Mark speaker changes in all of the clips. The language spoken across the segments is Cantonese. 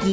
Speaker 1: 而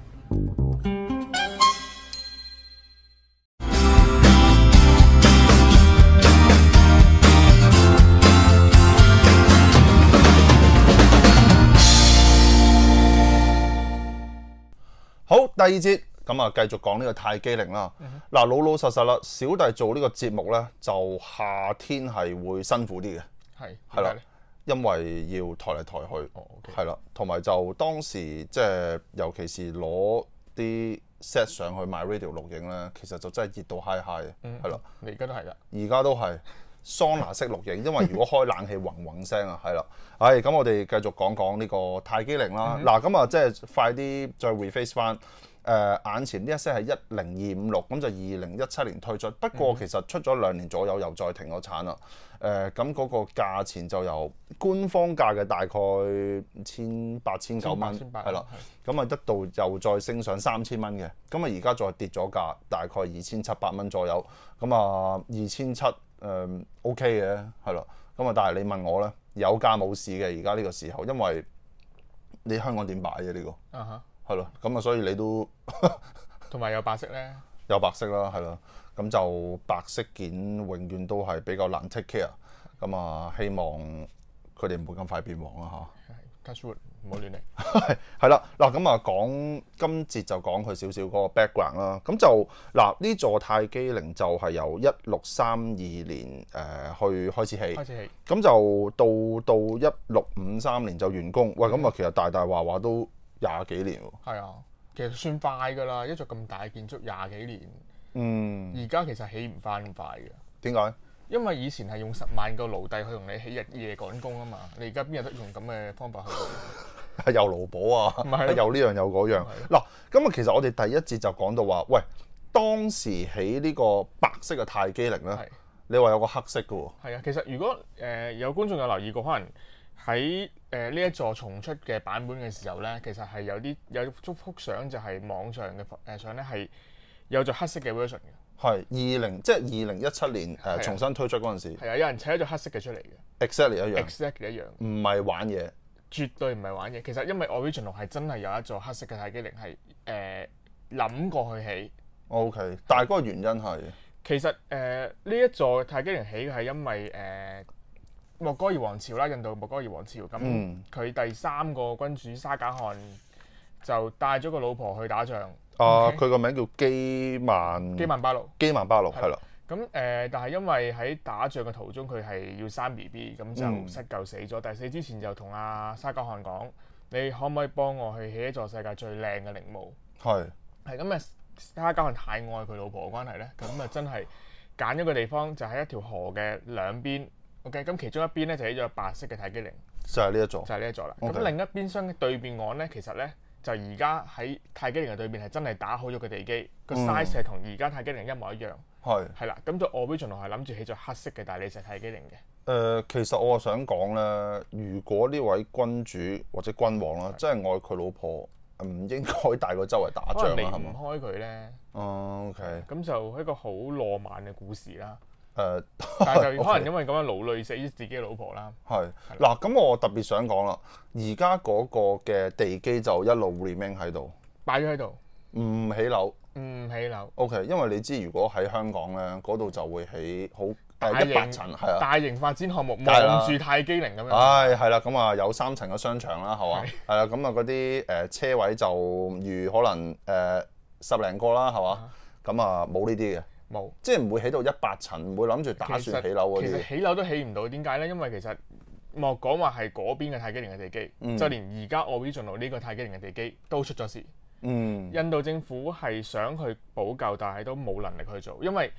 Speaker 2: 好，第二節咁啊，繼續講呢個泰姬陵啦。嗱、老老實實啦，小弟做呢個節目呢，就夏天係會辛苦啲嘅，
Speaker 3: 係
Speaker 2: 係
Speaker 3: 係
Speaker 2: 啦
Speaker 3: 啦，，
Speaker 2: 因為要抬嚟抬去
Speaker 3: 哦，，OK
Speaker 2: 係啦、同埋就當時即係尤其是攞啲 set 上去 my radio 錄影呢，其實就真係熱到嗨嗨嘅，係啦、
Speaker 3: 嗯你而家都係㗎。
Speaker 2: 而家都係桑拿式錄影，因為如果開冷氣嗡嗡聲啊，係啦。唉，咁我哋繼續講講呢個泰姬陵啦。嗱、咁啊，即係快啲再 reface 翻。誒、眼前呢一些係一零二五六，咁就二零一七年推出。不過其實出咗兩年左右，又再停咗產啦。誒咁嗰個價錢就由官方價嘅大概千八千九蚊，
Speaker 3: 1800
Speaker 2: 係啦。咁啊，一度又再升上三千蚊嘅，咁啊而家再跌咗價，大概二千七百蚊左右，咁啊二千七誒 OK 嘅，係啦，咁啊但係你問我咧，有價冇市嘅而家呢個時候，因為你香港點買嘅呢個，
Speaker 3: 啊哈，
Speaker 2: 係咯，咁啊所以你都
Speaker 3: 同埋有白色咧，
Speaker 2: 有白色啦，係啦，咁就白色件永遠都係比較難 take care，咁啊希望佢哋唔會咁快變黃啦啊嚇。
Speaker 3: 係 touch wood，唔好亂嚟。
Speaker 2: 係啦，嗱咁啊，講今節就講佢少少嗰個 background 啦。咁就嗱呢座泰姬陵就係由一六三二年誒、呃去開始起
Speaker 3: 開，始起，
Speaker 2: 咁就到到一六五三年就完工。喂，
Speaker 3: 嗯
Speaker 2: 咁啊其實大大話話都廿幾年喎。
Speaker 3: 係啊，其實算快㗎啦，一座咁大嘅建築廿幾年，
Speaker 2: 嗯，
Speaker 3: 而家其實起唔翻咁快嘅。
Speaker 2: 點解？
Speaker 3: 因為以前係用十萬個奴隸去同你起日夜趕工啊嘛，你而家邊有得用咁嘅方法去做？
Speaker 2: 係又勞保啊，
Speaker 3: 咪係 咯
Speaker 2: 又呢樣又嗰樣。嗱，咁啊，其實我哋第一節就講到話，喂，當時起呢個白色嘅泰姬陵咧
Speaker 3: 係，
Speaker 2: 你話有個黑色嘅喎，
Speaker 3: 係啊，其實如果誒、呃有觀眾有留意過，可能喺誒呢一座重出嘅版本嘅時候咧，其實係有啲有幅幅相就係網上嘅誒相咧係有咗黑色嘅 version 嘅，
Speaker 2: 係二零即係二零一七年誒、
Speaker 3: 係啊
Speaker 2: 重新推出嗰陣時
Speaker 3: 係啊，有人扯咗黑色嘅出嚟嘅
Speaker 2: ，exactly 一樣，
Speaker 3: ，exactly 一樣，
Speaker 2: 唔係玩嘢，
Speaker 3: 絕對唔係玩嘢。其實因為 original 係真係有一座黑色嘅泰姬陵係誒諗過去起。
Speaker 2: O K，但係嗰個原因係
Speaker 3: 其實誒呢、一座泰姬陵起嘅係因為誒、呃莫哥爾王朝啦，印度莫哥爾王朝咁，
Speaker 2: 嗯
Speaker 3: 佢、第三個君主沙賈汗就帶咗個老婆去打仗，
Speaker 2: 啊，
Speaker 3: OK
Speaker 2: 佢個名叫基曼
Speaker 3: 基曼巴魯。
Speaker 2: 基曼巴魯係啦，
Speaker 3: 咁誒、呃但係因為喺打仗嘅途中佢係要生 B B，咁
Speaker 2: 嗯
Speaker 3: 就失救死咗。但係死之前就同阿沙賈汗講：你可唔可以幫我去起一座世界最靚嘅陵墓？
Speaker 2: 係
Speaker 3: 係咁啊，沙家人太愛佢老婆嘅關係咧，咁啊真係揀咗個地方就喺一條河嘅兩邊。OK，咁其中一邊咧就起咗白色嘅泰姬陵，
Speaker 2: 就係呢一座
Speaker 3: 就係呢一座啦。咁
Speaker 2: OK
Speaker 3: 另一邊相對面岸咧，其實咧就而家喺泰姬陵嘅對面係真係打好咗個地基，個 size 係同而家泰姬陵一模一樣，
Speaker 2: 係
Speaker 3: 係啦。咁就 original 係諗住起咗黑色嘅大理石泰姬陵嘅，
Speaker 2: 誒。其實我想講咧，如果呢位君主或者君王啦，真係愛佢老婆，唔應該帶佢周圍打
Speaker 3: 可
Speaker 2: 仗
Speaker 3: 能離
Speaker 2: 啦，係
Speaker 3: 唔
Speaker 2: 嘛
Speaker 3: 開佢咧，
Speaker 2: ？O K，
Speaker 3: 咁就一個好浪漫嘅 故事啦。
Speaker 2: 誒
Speaker 3: 但 係就
Speaker 2: OK
Speaker 3: 可能因為咁樣勞累死自己嘅老婆啦。
Speaker 2: 係嗱，咁我特別想講啦，而家嗰個嘅地基就一路 remain 喺度，
Speaker 3: 擺咗喺度，
Speaker 2: 唔起樓。
Speaker 3: 唔起樓。
Speaker 2: O.K.，因為你知如果喺香港咧，嗰度就會起好誒一百
Speaker 3: 型
Speaker 2: 層，係啊，
Speaker 3: 大型發展項目
Speaker 2: 係啦
Speaker 3: 望住泰姬陵咁樣，
Speaker 2: 唉係啦，咁啊有三層嘅商場啦，係嘛，係啦，咁啊嗰啲誒車位就預可能誒、呃十零個啦，係嘛，咁啊冇呢啲嘅，
Speaker 3: 冇。
Speaker 2: 即係唔會起到一百層，唔會諗住打
Speaker 3: 其
Speaker 2: 算
Speaker 3: 實
Speaker 2: 起樓嗰
Speaker 3: 其
Speaker 2: 啲
Speaker 3: 實，起樓都起唔到，點解咧？因為其實莫講話係嗰邊嘅泰姬陵嘅地基，就連而家 original 呢個泰姬陵嘅地基都出咗事。
Speaker 2: 嗯
Speaker 3: 印度政府係想去補救，但係都冇能力去做，因為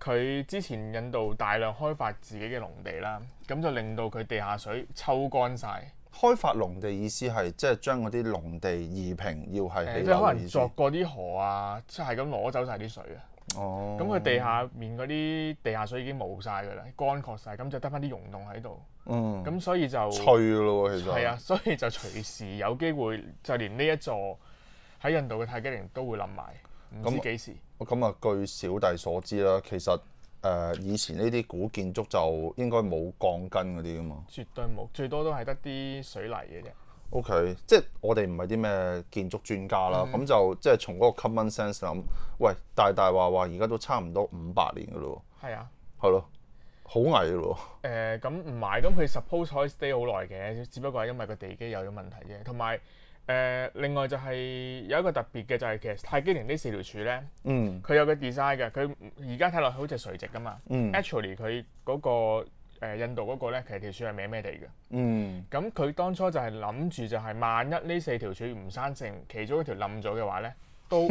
Speaker 3: 佢之前印度大量開發自己嘅農地啦，咁就令到佢地下水抽乾晒。
Speaker 2: 開發農地意思係即係將嗰啲農地移平，要係起
Speaker 3: 誒即係
Speaker 2: 樓
Speaker 3: 可
Speaker 2: 嘅
Speaker 3: 能
Speaker 2: 意思。
Speaker 3: 作過啲河啊，即係咁攞走晒啲水啊。
Speaker 2: 哦，
Speaker 3: 咁佢地下面嗰啲地下水已經冇晒㗎啦，乾涸晒，咁就得翻啲溶洞喺度。
Speaker 2: 嗯
Speaker 3: 咁所以就
Speaker 2: 脆咯喎，其實
Speaker 3: 係啊，， 所以就隨時有機會就連呢一座喺印度嘅泰姬陵都會冧埋，唔知
Speaker 2: 咁
Speaker 3: 幾時。
Speaker 2: 咁啊，據小弟所知啦，其實誒、呃以前呢啲古建築就應該冇鋼筋嗰啲噶嘛。
Speaker 3: 絕對冇，最多都係得啲水泥嘅啫。
Speaker 2: O、k 即係我哋唔係啲咩建築專家啦，咁、就即係從嗰個 common sense 諗，喂，大大話話而家都差唔多五百年噶咯
Speaker 3: 係啊，
Speaker 2: 喎，係咯，好危噶咯
Speaker 3: 誒、咁唔埋咁佢 suppose 可以 stay 好耐嘅，只不過係因為個地基有咗問題啫。同埋誒，另外就係有一個特別嘅就係、其實泰姬陵呢四條柱咧，
Speaker 2: 喎。嗯
Speaker 3: 佢有個 design 嘅，佢而家睇落去好似垂直噶嘛。
Speaker 2: 嗯
Speaker 3: actually 佢嗰、個、呃、印度嗰個咧，其實條柱係歪歪地嘅。
Speaker 2: 嗯
Speaker 3: 咁佢當初就係諗住就係萬一呢四條柱唔生性，其中一條冧咗嘅話咧，都 唔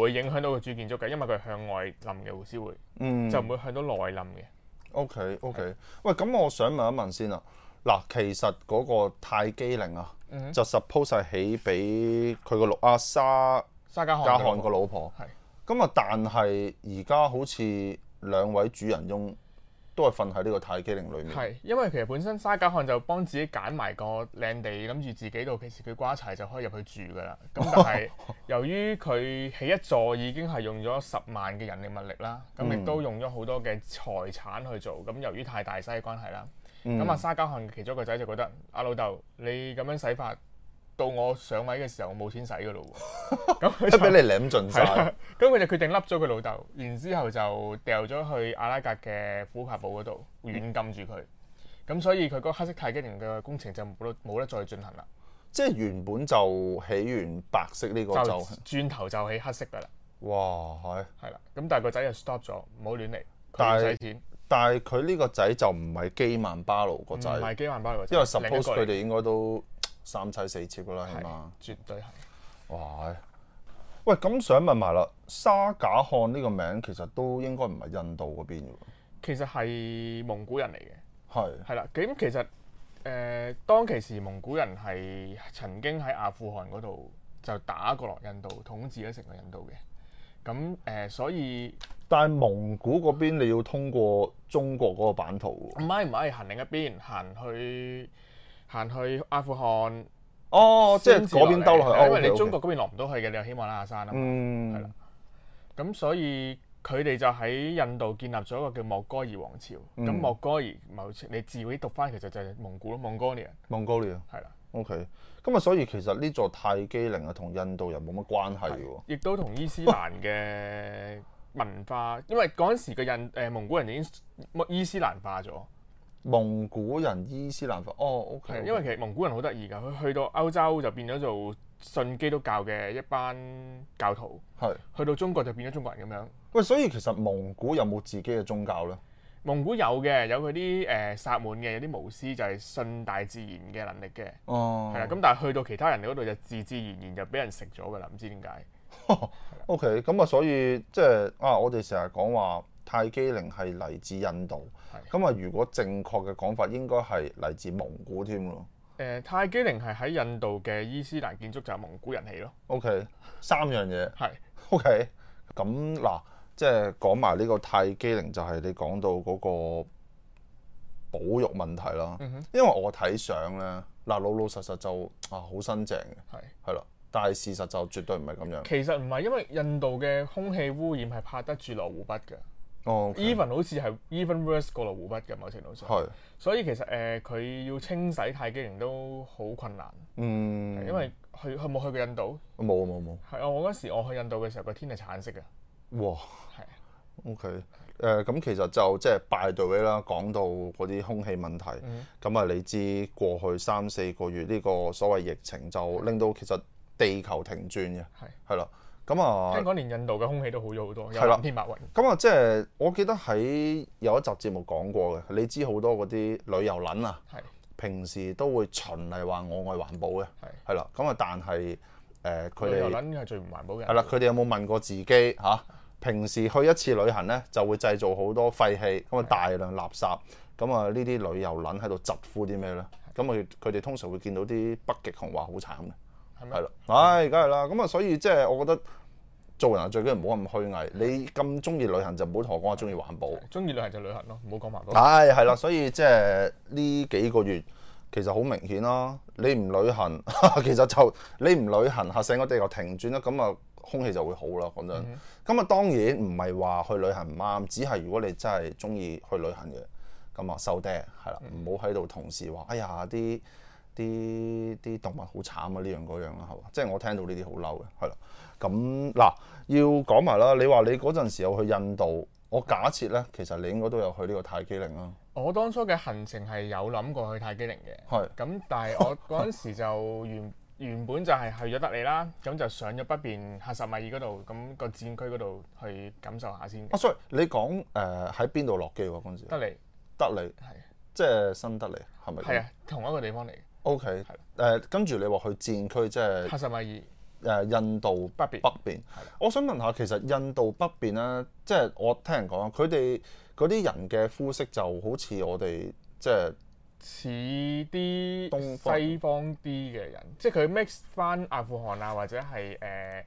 Speaker 3: 會影響到個主建築嘅，因為佢係向外冧嘅先會，
Speaker 2: 嗯，
Speaker 3: 就唔會向到內冧嘅。
Speaker 2: O K O K，喂，咁我想問一問先啊。嗱，其實嗰個泰姬陵啊，就 suppose 係起俾佢個六阿沙
Speaker 3: 沙加
Speaker 2: 加
Speaker 3: 汗
Speaker 2: 汗個老婆。
Speaker 3: 哦係
Speaker 2: 咁啊，但係而家好似兩位主人翁都係瞓喺呢個泰姬陵裏面。
Speaker 3: 係，因為其實本身沙賈汗就幫自己揀埋個靚地，諗住自己到其時佢瓜柴就可以入去住噶啦。咁但係由於佢起一座已經係用咗十萬嘅人力物力啦，咁亦都用咗好多嘅財產去做。咁由於太大西嘅關係啦，咁啊、沙賈汗其中一個仔就覺得阿老豆你咁樣使法，到我上位嘅時候我冇錢使噶咯喎。咁佢
Speaker 2: 即
Speaker 3: 就
Speaker 2: 係俾你舐盡
Speaker 3: 係啊啦
Speaker 2: 晒。，
Speaker 3: 咁佢就決定笠咗佢老豆，然之後就掉咗去阿拉格嘅虎豹堡嗰度軟禁住佢。咁所以佢嗰個黑色泰姬陵嘅工程就冇得冇得再進行啦，
Speaker 2: 即係原本就起完白色呢個
Speaker 3: 就
Speaker 2: 就，
Speaker 3: 轉頭就起黑色噶啦，
Speaker 2: 哇係！
Speaker 3: 係啦。咁但係個仔就 stop 咗，唔好亂嚟，佢
Speaker 2: 但
Speaker 3: 唔
Speaker 2: 係
Speaker 3: 使錢，
Speaker 2: 但係佢呢個仔就唔係基曼巴奴個
Speaker 3: 唔
Speaker 2: 仔，
Speaker 3: 係基曼巴嚟個
Speaker 2: 因
Speaker 3: 仔，
Speaker 2: 為
Speaker 3: 另一
Speaker 2: suppose
Speaker 3: 個嚟
Speaker 2: 佢哋應該都三妻四妾噶啦，起碼。
Speaker 3: 係絕對係。
Speaker 2: 哇！喂，咁想問埋啦，沙賈汗呢個名其實都應該唔係印度嗰邊嘅
Speaker 3: 其實係蒙古人嚟嘅。
Speaker 2: 喎，係
Speaker 3: 係啦，咁其實誒、呃、當其時蒙古人係曾經喺阿富汗嗰度就打過落印度，統治咗成個印度嘅。咁誒、呃所以
Speaker 2: 但係蒙古嗰邊你要通過中國嗰個版圖
Speaker 3: 唔
Speaker 2: 喎。
Speaker 3: 係唔係行另一邊，行去行去阿富汗，
Speaker 2: 哦，即係
Speaker 3: 先至
Speaker 2: 嗰邊兜落去，
Speaker 3: 嚟
Speaker 2: 哦
Speaker 3: 因為你
Speaker 2: OK，OK
Speaker 3: 中國嗰邊落唔到去嘅，你有喜馬拉雅山啊嘛。係啦
Speaker 2: 嗯，
Speaker 3: 咁所以佢哋就喺印度建立咗一個叫莫哥爾王朝。咁、
Speaker 2: 嗯
Speaker 3: 莫哥爾某你字嗰啲讀翻，其實就係蒙古咯，Mongolia
Speaker 2: 蒙古嚟啊
Speaker 3: 係啦。
Speaker 2: ，OK。咁啊，所以其實呢座泰姬陵啊，同印度人冇乜關係嘅喎。
Speaker 3: 亦都同伊斯蘭嘅文化，因為嗰陣時嘅印誒、呃蒙古人已經伊斯蘭化咗，
Speaker 2: 蒙古人伊斯蘭化，哦
Speaker 3: 係
Speaker 2: ，OK，
Speaker 3: 因為其實蒙古人好得意㗎，佢去到歐洲就變咗做信基督教嘅一班教徒，
Speaker 2: 係。
Speaker 3: 去到中國就變咗中國人咁樣。
Speaker 2: 喂，所以其實蒙古有冇自己嘅宗教咧？
Speaker 3: 蒙古有嘅，有佢啲誒薩滿嘅，有啲巫師就係信大自然嘅能力嘅，
Speaker 2: 哦，
Speaker 3: 係啦、咁但係去到其他人嗰度就自自然然就俾人食咗㗎啦，唔知點解。
Speaker 2: O K，咁啊，所以即係啊，我哋成日講話泰姬陵係嚟自印度，
Speaker 3: 係
Speaker 2: 咁啊，如果正確嘅講法應該係嚟自蒙古添咯。
Speaker 3: 誒、泰姬陵係喺印度嘅伊斯蘭建築就係蒙古人起咯，
Speaker 2: O、k 三樣嘢。
Speaker 3: 係
Speaker 2: O K，咁嗱，即係講埋呢個泰姬陵，就係你講到嗰個保育問題啦。
Speaker 3: 嗯
Speaker 2: 因為我睇相咧，嗱老老實實就啊好新淨嘅，
Speaker 3: 係。
Speaker 2: 係啦，但係事實就絕對唔係咁樣。
Speaker 3: 其實唔係，因為印度嘅空氣污染係拍得住落湖北嘅
Speaker 2: 哦，OK，
Speaker 3: ，even 好似係 even worse 過落湖北嘅某程度上。
Speaker 2: 係，
Speaker 3: 所以其實誒，佢、要清洗泰姬陵都好困難，
Speaker 2: 嗯，
Speaker 3: 因為去去冇去過印度，
Speaker 2: 冇冇冇。
Speaker 3: 係啊！我嗰時我去印度嘅時候，個天係橙色嘅，
Speaker 2: 哇
Speaker 3: 係啊
Speaker 2: ，OK，誒、咁其實就即係 by the way 啦，講到嗰啲空氣問題，
Speaker 3: 嗯
Speaker 2: 咁啊、你知過去三四個月呢個所謂疫情就令到其實地球停轉嘅，
Speaker 3: 係
Speaker 2: 係啦，咁啊
Speaker 3: 聽，講連印度嘅空氣都好咗好多，有
Speaker 2: 係啦
Speaker 3: 藍天白雲，
Speaker 2: 咁啊，即係我記得喺有一集節目講過嘅，你知好多嗰啲旅遊撚啊，
Speaker 3: 係
Speaker 2: 平時都會循例話我愛環保嘅，
Speaker 3: 係
Speaker 2: 係啦，咁啊，但係誒佢
Speaker 3: 旅遊
Speaker 2: 哋。
Speaker 3: 撚係最唔環保嘅。
Speaker 2: 係啦，佢哋有冇問過自己嚇、平時去一次旅行咧，就會製造好多廢氣，咁啊大量垃圾，咁啊呢啲旅遊撚喺度疾呼啲咩咧？咁佢佢哋通常會見到啲北極熊話好慘嘅，
Speaker 3: 係
Speaker 2: 係
Speaker 3: 咪？
Speaker 2: 啦，唉、梗係啦，咁啊，所以即係我覺得做人啊最緊要唔好咁虛偽，你咁中意旅行就唔好同我講我中意環保。
Speaker 3: 中意旅行就旅行咯，唔好講環保。
Speaker 2: 唉，係啦，所以即係呢幾個月其實好明顯啦。你唔旅行， 其實就你唔旅行，嚇成個地球停轉啦，咁啊空氣就會好啦。講真，咁啊當然唔係話去旅行唔啱，只係如果你真係中意去旅行嘅，咁啊收爹係啦，唔好喺度同時話，哎呀啲啲啲動物好慘啊，呢樣嗰樣啦，係嘛？即係我聽到呢啲好嬲嘅，係啦。咁嗱，要講埋啦，你話你嗰陣時有去印度，我假設咧，其實你應該都有去呢個泰姬陵啦。
Speaker 3: 我當初嘅行程係有諗過去泰姬陵嘅，
Speaker 2: 係
Speaker 3: 咁但係 我嗰陣時就原原本就係去咗德里啦，咁就上咗北邊喀什米爾嗰度，咁、個戰區嗰度去感受下先嘅。
Speaker 2: 啊，sorry，你講誒喺邊度落機喎？嗰陣時
Speaker 3: 德里
Speaker 2: 德里，
Speaker 3: 係
Speaker 2: 即係新德里係咪？
Speaker 3: 係。啊，同一個地方嚟嘅，
Speaker 2: O K，誒跟住你話去戰區，即係
Speaker 3: 喀什米爾。
Speaker 2: 誒印度
Speaker 3: 北邊
Speaker 2: 北邊。我想問下，其實印度北邊咧，即係我聽人講，啊佢哋嗰啲人嘅膚色就好似我哋即係
Speaker 3: 似啲
Speaker 2: 東方
Speaker 3: 西方啲嘅人，即係佢 mix 翻阿富汗啊，或者係誒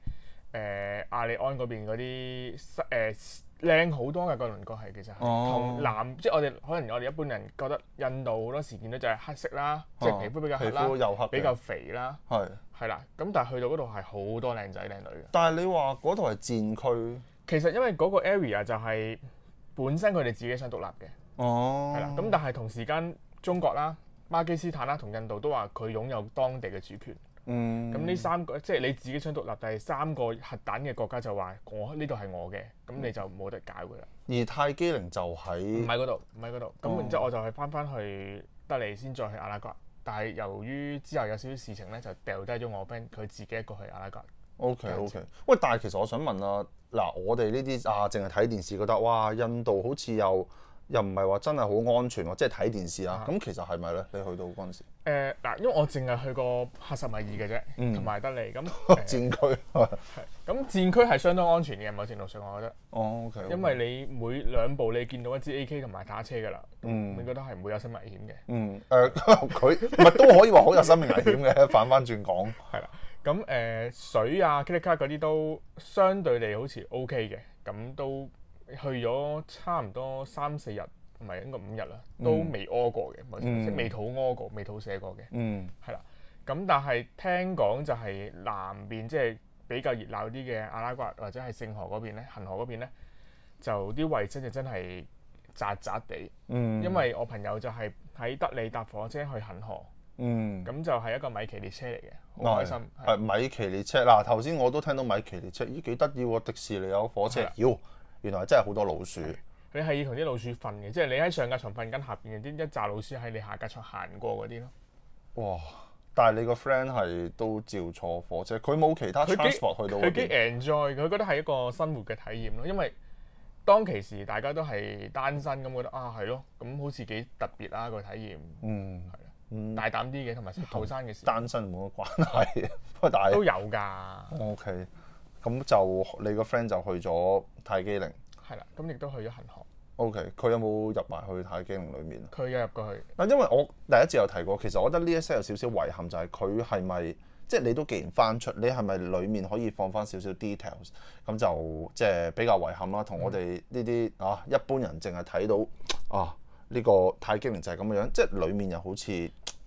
Speaker 3: 誒阿里安嗰邊嗰啲西誒靚好多嘅個鄰國係其實係
Speaker 2: 哦
Speaker 3: 同南，即係我哋可能我哋一般人覺得印度好多時見到就係黑色啦，即係皮膚比較
Speaker 2: 哦皮
Speaker 3: 黑啦，
Speaker 2: 膚又黑嘅，
Speaker 3: 比較肥啦，
Speaker 2: 係。
Speaker 3: 係啦。咁但係去到嗰度係好多靚仔靚女嘅。
Speaker 2: 但係你話嗰度係戰區，
Speaker 3: 其實因為嗰個 area 就係本身佢哋自己想獨立嘅。
Speaker 2: 哦，
Speaker 3: 係啦，咁但係同時間中國啦、巴基斯坦啦同印度都話佢擁有當地嘅主權。
Speaker 2: 嗯，
Speaker 3: 咁呢、三個即係你自己想獨立，但係三個核彈嘅國家就話我呢度係我嘅，咁你就冇得搞㗎啦。
Speaker 2: 而泰姬陵就
Speaker 3: 嗯
Speaker 2: 喺
Speaker 3: 唔喺嗰度，唔喺嗰度。
Speaker 2: 哦
Speaker 3: 咁然之後我就係翻翻去德里先再去阿拉伯。但係由於之後有少少事情咧，就掉低咗我 friend 佢自己一個去阿拉伯。
Speaker 2: OK OK。喂，但係其實我想問啊，嗱，我哋呢啲啊，淨係睇電視覺得哇，印度好似又又唔係話真係好安全喎，即係睇電視啊。咁其實係咪咧？你去到嗰陣 時，
Speaker 3: 誒嗱、因為我淨係去過喀什米爾嘅
Speaker 2: 嗯
Speaker 3: 啫，同埋、德里咁
Speaker 2: 戰
Speaker 3: 誒
Speaker 2: 區
Speaker 3: 咁戰區係相當安全嘅，某程度上我覺得。
Speaker 2: 哦 OK，
Speaker 3: 因為你每兩步你見到一支 AK 同埋打車㗎啦，
Speaker 2: 嗯
Speaker 3: 你覺得係唔會有生命危險嘅。
Speaker 2: 嗯誒， 佢唔係都可以話好有生命危險嘅。 反翻轉講，
Speaker 3: 係啦，咁誒、呃水啊、k i 卡嗰啲都相對地好似 OK 嘅，咁都去咗差唔多三四日，唔係應該五日啦，都未屙過嘅，冇
Speaker 2: 嗯
Speaker 3: 即係未肚屙過、未肚瀉過嘅，
Speaker 2: 嗯
Speaker 3: 係啦。咁但係聽講就係南邊即係比較熱鬧啲嘅阿拉伯或者係聖河嗰邊咧、恒河嗰邊咧，就啲衞生就真係渣渣地。
Speaker 2: 嗯，
Speaker 3: 因為我朋友就係喺德里搭火車去恒河，
Speaker 2: 嗯。
Speaker 3: 咁就係一個米奇列車嚟嘅，好
Speaker 2: 係
Speaker 3: 開心。係
Speaker 2: 哦係米奇列車嗱，頭先我都聽到米奇列車，咦幾得意喎！迪士尼有火車
Speaker 3: 係啦，
Speaker 2: 妖原來真係好多老鼠，
Speaker 3: 你係要同啲老鼠瞓嘅，即係你喺上架床瞓緊，下邊啲一紮老鼠喺你下架床行過嗰啲咯。
Speaker 2: 哇！但係你個 friend 係都照坐火車，佢冇其他
Speaker 3: 佢幾
Speaker 2: 啊 transport 去到嗰
Speaker 3: 佢幾
Speaker 2: 邊，
Speaker 3: enjoy，佢覺得係一個生活嘅體驗咯。因為當其時大家都係單身咁，覺得啊係咯，咁好似幾特別啦個體驗，
Speaker 2: 嗯，
Speaker 3: 大膽啲 嘅，同埋食後生嘅事
Speaker 2: 單身冇乜關係， 不過但
Speaker 3: 都
Speaker 2: 係
Speaker 3: 有㗎。
Speaker 2: OK，咁就你個 friend 就去咗泰姬陵
Speaker 3: 係啦，咁亦都去咗恒河，
Speaker 2: ，OK，佢有冇入埋去泰姬陵裡面啊？
Speaker 3: 佢又入過去。
Speaker 2: 嗱，因為我第一次有提過，其實我覺得呢一 set 有少少遺憾，就係佢係咪即係你都既然翻出，你係咪裡面可以放翻少少 details？咁就即係比較遺憾啦。同我哋呢啲啊一般人淨係睇到啊呢、個太極陵就係咁樣，即係裡面又好似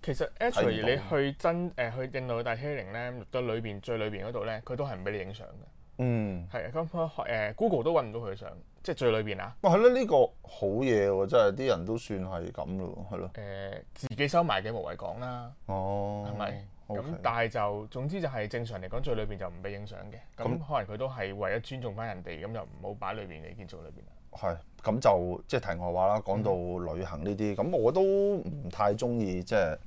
Speaker 3: 其實
Speaker 2: 睇唔
Speaker 3: actually
Speaker 2: 到
Speaker 3: 你去真誒、呃去印度嘅大欺凌咧，入到裏邊最裏邊嗰度咧，佢都係唔俾你影相嘅。
Speaker 2: 嗯，
Speaker 3: 係啊，咁佢誒 Google 都揾唔到佢嘅相，即係最裏邊啊。
Speaker 2: 哇係咯，呢、個好嘢喎，真係啲人都算係咁咯，係咯，
Speaker 3: 誒、呃自己收埋嘅無謂講啦，
Speaker 2: 哦，
Speaker 3: 係咪？咁
Speaker 2: OK
Speaker 3: 但係就總之就係正常嚟講，最裏邊就唔俾影相嘅。咁可
Speaker 2: 咁
Speaker 3: 能佢都係為咗尊重翻人哋，咁就唔好擺裏邊嘅建築裏邊啦。
Speaker 2: 係咁就即係題外話啦。講
Speaker 3: 嗯
Speaker 2: 到旅行呢啲，咁我都唔太中意即係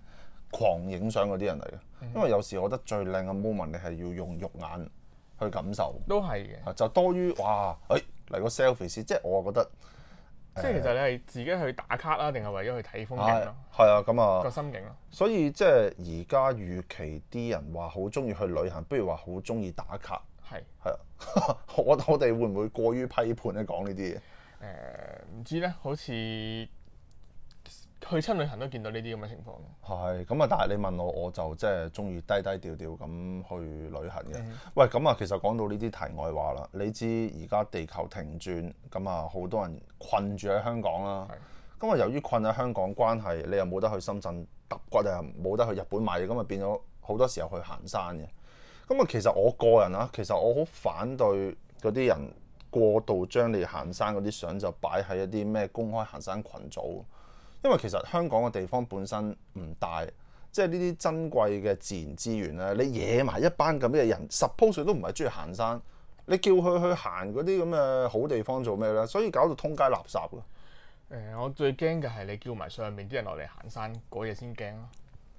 Speaker 2: 狂影相嗰啲人嚟
Speaker 3: 嗯
Speaker 2: 嘅，因為有時我覺得最靚嘅 moment 你係要用肉眼去感受，
Speaker 3: 都係嘅，
Speaker 2: 啊就多於哇，誒嚟個 selfie 先，即係我覺得
Speaker 3: 即係其實你係自己去打卡啦，定係為咗去睇風景
Speaker 2: 係
Speaker 3: 咯，
Speaker 2: 係啊咁
Speaker 3: 個
Speaker 2: 啊，
Speaker 3: 心境咯。
Speaker 2: 所以即係而家預期啲人話好中意去旅行，不如話好中意打卡。
Speaker 3: 係
Speaker 2: 係啊， 我我哋會唔會過於批判咧講呢啲嘢？
Speaker 3: 誒唔知咧，好似去親旅行都見到呢啲咁嘅情況。
Speaker 2: 係咁啊！但係你問我，我就即係中意低低調調咁去旅行嘅。喂，咁啊，其實講到呢啲題外話啦，你知而家地球停轉，咁啊好多人困住喺香港啦。咁啊，由於困喺香港關係，你又冇得去深圳揼骨啊，冇得去日本買嘢，咁啊變咗好多時候去行山嘅。咁啊，其實我個人啊，其實我好反對嗰啲人過度將你行山嗰啲相就擺喺一啲咩公開行山群組。因為其實香港嘅地方本身唔大，即係呢啲珍貴嘅自然資源咧，你惹埋一班咁嘅人，suppose 佢都唔係中意行山，你叫佢去行嗰啲咁嘅好地方做咩咧？所以搞到通街垃圾咯。
Speaker 3: 誒、我最驚嘅係你叫埋上面啲人落嚟行山嗰嘢先驚咯。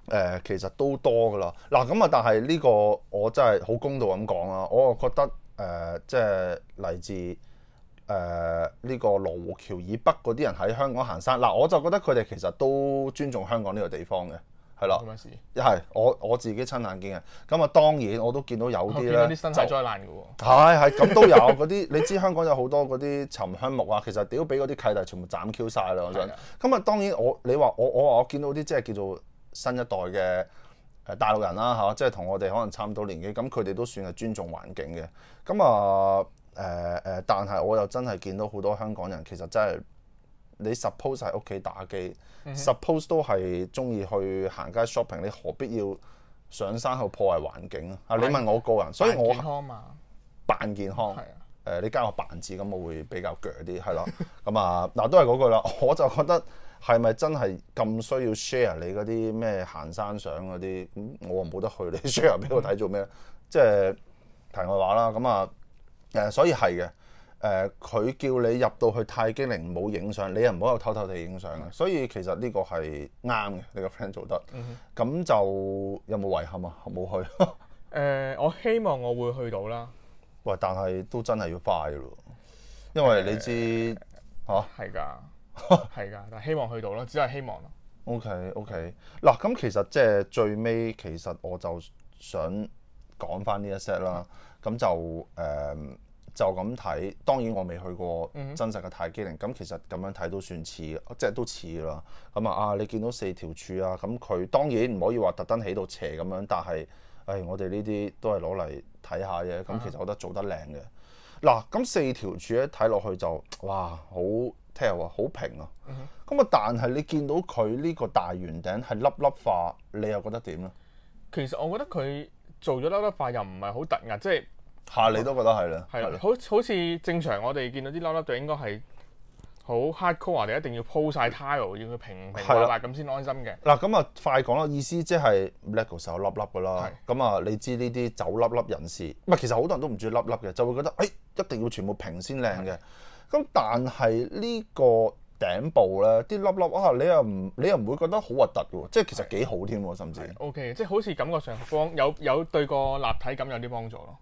Speaker 2: 誒、其實都多噶啦。嗱咁啊，但係呢個我真係好公道咁講啦，我又覺得誒、即係嚟自誒呢、個羅湖橋以北嗰啲人喺香港行山，嗱我就覺得佢哋其實都尊重香港呢個地方嘅，係啦
Speaker 3: 咁。嘅事，
Speaker 2: 一係我我自己親眼見嘅，咁啊當然我都見到有
Speaker 3: 我
Speaker 2: 啲
Speaker 3: 哦見
Speaker 2: 咧，
Speaker 3: 到啲生態
Speaker 2: 就
Speaker 3: 災難嘅喎。
Speaker 2: 係係咁都有嗰啲，你知香港有好多嗰啲沉香木啊，其實屌俾嗰啲契弟全部斬 Q 晒啦，我想
Speaker 3: 係啊。
Speaker 2: 咁啊當然我你話我我話我見到啲即係叫做新一代嘅。誒大陸人啦嚇、即係同我哋可能差唔多年紀，咁佢哋都算係尊重環境嘅。咁啊誒誒，但係我又真係見到好多香港人其實真係你 suppose 喺屋企打機、s u p p o s e 都係中意去行街 shopping，你何必要上山去破壞環境啊？啊，你問我個人，所以我
Speaker 3: 扮健康嘛，
Speaker 2: 扮健康。
Speaker 3: 係啊。
Speaker 2: 誒、呃你加個扮字咁，我會比較鋸啲，係咯。 咁啊，嗱都係嗰句啦， 我就覺得係咪真係咁需要 share 你嗰啲咩行山相嗰啲？咁、我又冇得去，你 share 俾我睇做咩咧？即係題外話啦。咁啊，誒、所以係嘅。誒、佢叫你入到去泰姬陵冇影相，你又唔好有偷偷地影相嘅。所以其實呢個係啱嘅，你個 friend 做得。咁、就有冇遺憾啊？冇去。
Speaker 3: 誒、我希望我會去到啦，
Speaker 2: 喂，但係都真係要快咯，因為你知嚇。
Speaker 3: 係㗎，係㗎，但希望去到咯，只係希望咯。
Speaker 2: O K O K，嗱咁其實即係最尾，其實我就想講翻呢一 set 啦。咁就誒、就咁睇，當然我未去過真實嘅泰姬陵。咁、其實咁樣睇都算似，即係都似啦。咁啊啊，你見到四條柱啊，咁佢當然唔可以話特登起到斜咁樣，但係誒、唉我哋呢啲都係攞嚟睇下嘅。咁其實我覺得做得靚嘅。嗱，咁四條柱咧睇落去就哇，好 tell 啊，好平啊。咁啊，但係你見到佢呢個大圓頂係粒粒化，你又覺得點咧？
Speaker 3: 其實我覺得佢做咗粒粒化又唔係好突兀，即係
Speaker 2: 嚇，你都覺得係啦，
Speaker 3: 係啦，好好似正常我哋見到啲粒粒就應該係好 hardcore，我哋一定要鋪晒 tile，要佢平平滑滑咁先安心嘅。
Speaker 2: 嗱，咁啊，快講啦，意思即係 lego 手粒粒噶啦。咁啊，你知呢啲走粒粒人士，唔係其實好多人都唔中意粒粒嘅，就會覺得誒、哎一定要全部平先靚嘅。咁但係呢個頂部咧，啲粒粒啊，你又唔你又唔會覺得好核突喎，即係其實幾好添喎，甚至
Speaker 3: O、k 即係好似感覺上幫有有對個立體感有啲幫助咯。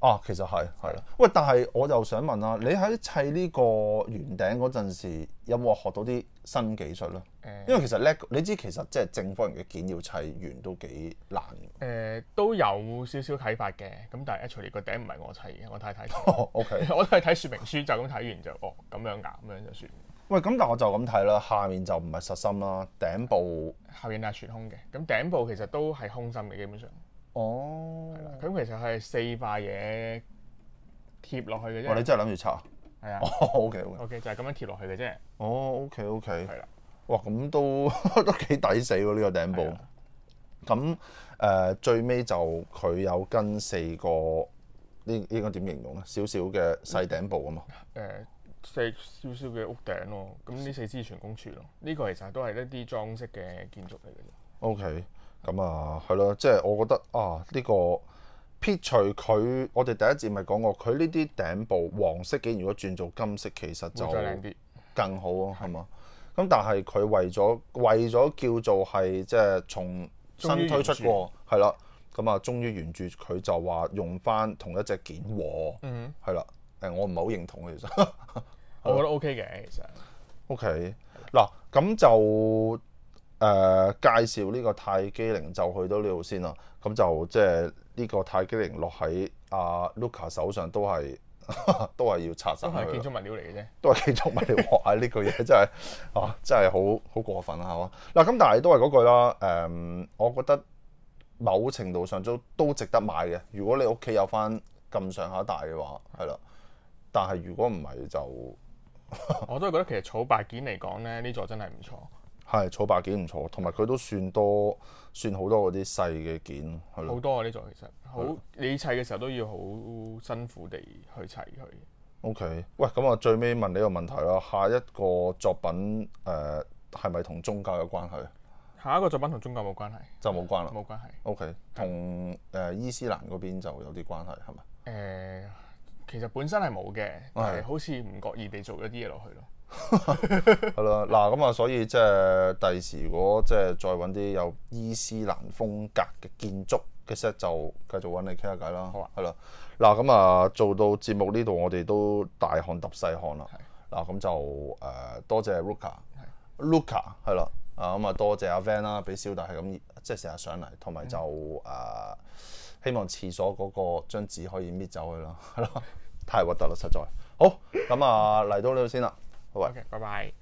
Speaker 2: 啊，其實係係啦。喂，但係我又想問啦，你喺砌呢個圓頂嗰陣時，有冇學到啲新技術咧？
Speaker 3: 誒、
Speaker 2: 因為其實 lego 你知其實即係正方形嘅件要砌圓都幾難嘅。
Speaker 3: 誒、都有少少啟發嘅，咁但係 actually 個頂唔係我砌嘅，我太太砌
Speaker 2: 哦，OK。
Speaker 3: 我都係睇說明書就咁睇完就哦咁樣㗎，咁樣就算。
Speaker 2: 喂，咁但我就咁睇啦，下面就唔係實心啦，頂部
Speaker 3: 後面係全空嘅，咁頂部其實都係空心嘅基本上。
Speaker 2: 哦，
Speaker 3: 咁其實係四塊嘢貼落去嘅
Speaker 2: 哇！你
Speaker 3: 啫。
Speaker 2: 真係諗住拆啊
Speaker 3: 係啊
Speaker 2: ？O K O K，
Speaker 3: ，OK 就係咁樣貼落去嘅啫。
Speaker 2: 哦，O K O K，
Speaker 3: 係啦，
Speaker 2: 哇！咁都 都幾抵死喎呢個頂
Speaker 3: 係
Speaker 2: 部
Speaker 3: 啊。
Speaker 2: 咁誒、呃最尾就佢有跟四個呢應該點形容咧？少少嘅細頂部啊嘛。
Speaker 3: 誒四少少嘅屋頂咯，咁呢四支全公柱咯，呢、個其實都係一啲裝飾嘅建築嚟嘅啫。
Speaker 2: O K，咁啊，係咯，即係我覺得啊，呢、個撇除佢，我哋第一節咪講過，佢呢啲頂部黃色嘅，如果轉做金色，其實就
Speaker 3: 會再靚啲，
Speaker 2: 更好啊，係嘛？咁但係佢為咗為咗叫做係即係從
Speaker 3: 終於
Speaker 2: 新推出
Speaker 3: 完住
Speaker 2: 過，係啦，咁啊，終於原著佢就話用翻同一隻件和，
Speaker 3: 嗯
Speaker 2: 係啦、誒我唔係好認同嘅其 實。
Speaker 3: 我覺得 OK 嘅其實。
Speaker 2: OK，嗱咁就誒、呃介紹呢個泰姬陵就去到呢度先啦。咁就即係呢個泰姬陵落喺阿 Luca 手上都係都係要拆
Speaker 3: 都
Speaker 2: 散
Speaker 3: 係
Speaker 2: 佢
Speaker 3: 建
Speaker 2: 啦。
Speaker 3: 築物料嚟嘅啫。
Speaker 2: 都係建築物嚟話呢句嘢真係啊，真係好好過分啦，啊係嘛？嗱，咁但係都係嗰句啦，誒、我覺得某程度上都都值得買嘅。如果你屋企有翻咁上下大嘅話，係啦。但係如果唔係就
Speaker 3: 我都係覺得其實草白件嚟講咧，呢座真係唔錯。
Speaker 2: 係草白件唔錯，同埋佢都算多算好多嗰啲細嘅件係
Speaker 3: 好
Speaker 2: 咯。
Speaker 3: 多啊！呢座其實好，你砌嘅時候都要好辛苦地去砌佢。
Speaker 2: OK，喂，咁我啊最尾問你一個問題啦，下一個作品誒係咪同宗教有關係？
Speaker 3: 下一個作品同宗教冇關係，
Speaker 2: 就冇關啦。
Speaker 3: 冇關係。
Speaker 2: OK，同誒、伊斯蘭嗰邊就有啲關係係咪？
Speaker 3: 誒、呃其實本身係冇嘅，但係
Speaker 2: 係
Speaker 3: 好似唔覺意地做咗啲嘢落去咯。
Speaker 2: 係啦，嗱咁啊，所以即係第時如果即係再揾啲有伊斯蘭風格嘅建築嘅 set，就繼續揾你傾下偈啦。
Speaker 3: 好啊
Speaker 2: 係啦，嗱咁啊，做到節目呢度，我哋都大汗揼細汗啦。嗱咁就誒、多謝 Luca，Luca 係啦，啊咁啊多謝阿 Van 啦，俾小弟係咁即係成日上嚟，同埋就誒、
Speaker 3: 嗯
Speaker 2: 呃希望廁所嗰個張紙可以搣走佢啦，係咯，太核突啦實在。好，咁啊嚟到呢度先啦，好啊。
Speaker 3: OK，拜拜。